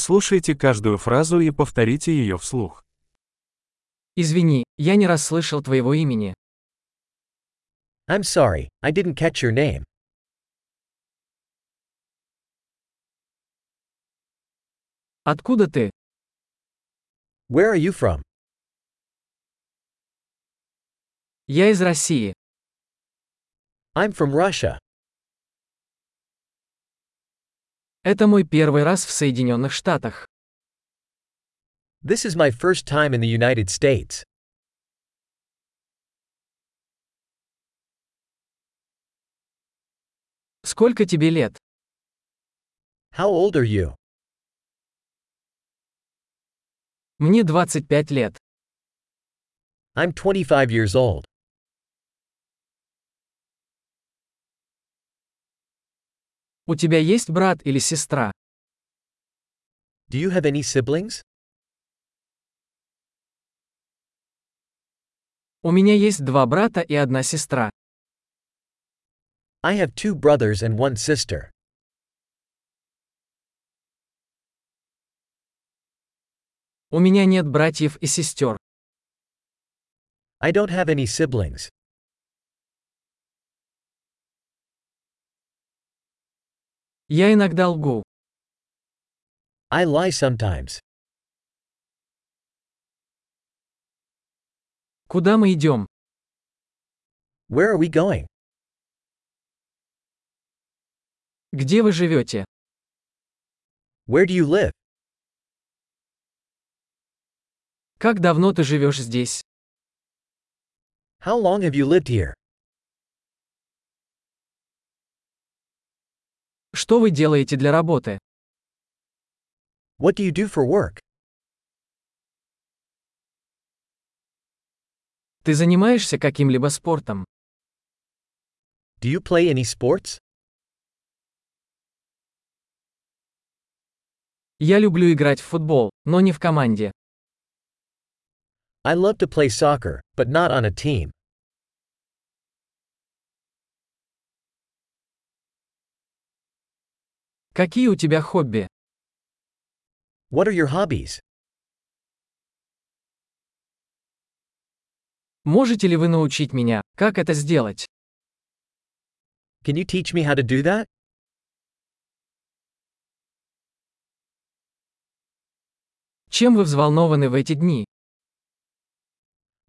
Прослушайте каждую фразу и повторите ее вслух. Извини, я не расслышал твоего имени. I'm sorry, I didn't catch your name. Откуда ты? Where are you from? Я из России. I'm from Russia. Это мой первый раз в Соединенных Штатах. This is my first time in the United States. Сколько тебе лет? How old are you? Мне 25 лет. I'm 25 years old. У тебя есть брат или сестра? Do you have any siblings? У меня есть два брата и одна сестра. I have two brothers and one sister. У меня нет братьев и сестер. I don't have any siblings. Я иногда лгу. I lie sometimes. Куда мы идем? Where are we going? Где вы живете? Where do you live? Как давно ты живешь здесь? How long have you lived here? Что вы делаете для работы? What do you do for work? Ты занимаешься каким-либо спортом? Do you play any sports? Я люблю играть в футбол, но не в команде. I love to play soccer, but not on a team. Какие у тебя хобби? What are your hobbies? Можете ли вы научить меня, как это сделать? Can you teach me how to do that? Чем вы взволнованы в эти дни?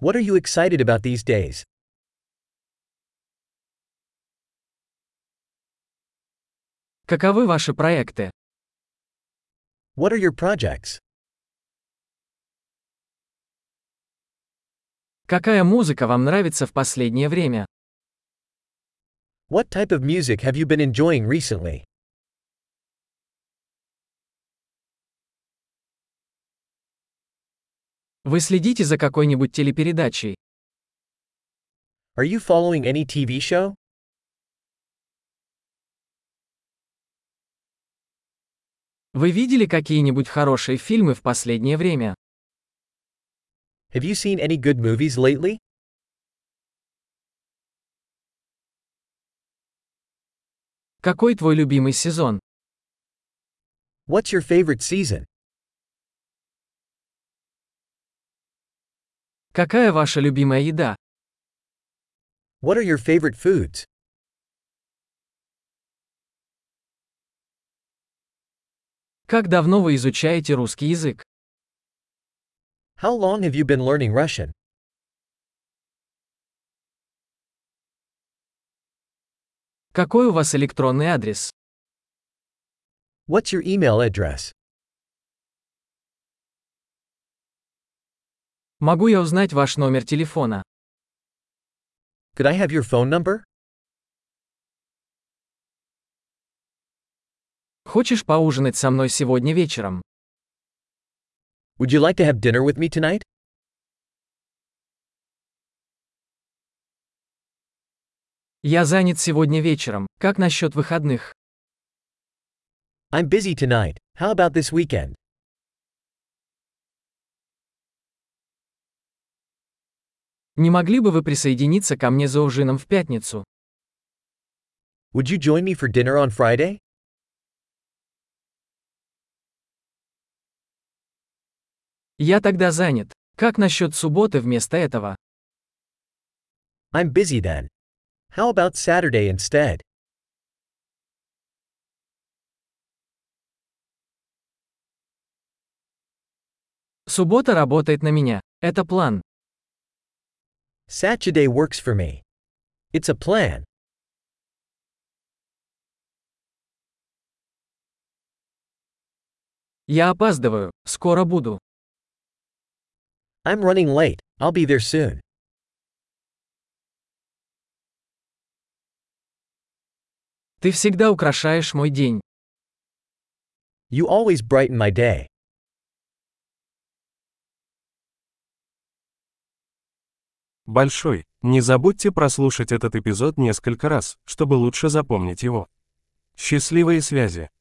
What are you excited about these days? Каковы ваши проекты? What are your projects? Какая музыка вам нравится в последнее время? What type of music have you been enjoying recently? Вы следите за какой-нибудь телепередачей? Are you following any TV show? Вы видели какие-нибудь хорошие фильмы в последнее время? Have you seen any good movies lately? Какой твой любимый сезон? What's your favorite season? Какая ваша любимая еда? What are your favorite foods? Как давно вы изучаете русский язык? How long have you been learning Russian? Какой у вас электронный адрес? What's your email address? Могу я узнать ваш номер телефона? Could I have your phone number? Хочешь поужинать со мной сегодня вечером? Would you like to have dinner with me tonight? Я занят сегодня вечером. Как насчет выходных? I'm busy tonight. How about this weekend? Не могли бы вы присоединиться ко мне за ужином в пятницу? Would you join me for dinner on Friday? Я тогда занят. Как насчет субботы вместо этого? I'm busy then. How about Saturday instead? Суббота работает на меня. Это план. Saturday works for me. It's a plan. Я опаздываю. Скоро буду. I'm running late. I'll be there soon. Ты всегда украшаешь мой день. You always brighten my day. Большой, не забудьте прослушать этот эпизод несколько раз, чтобы лучше запомнить его. Счастливые связи!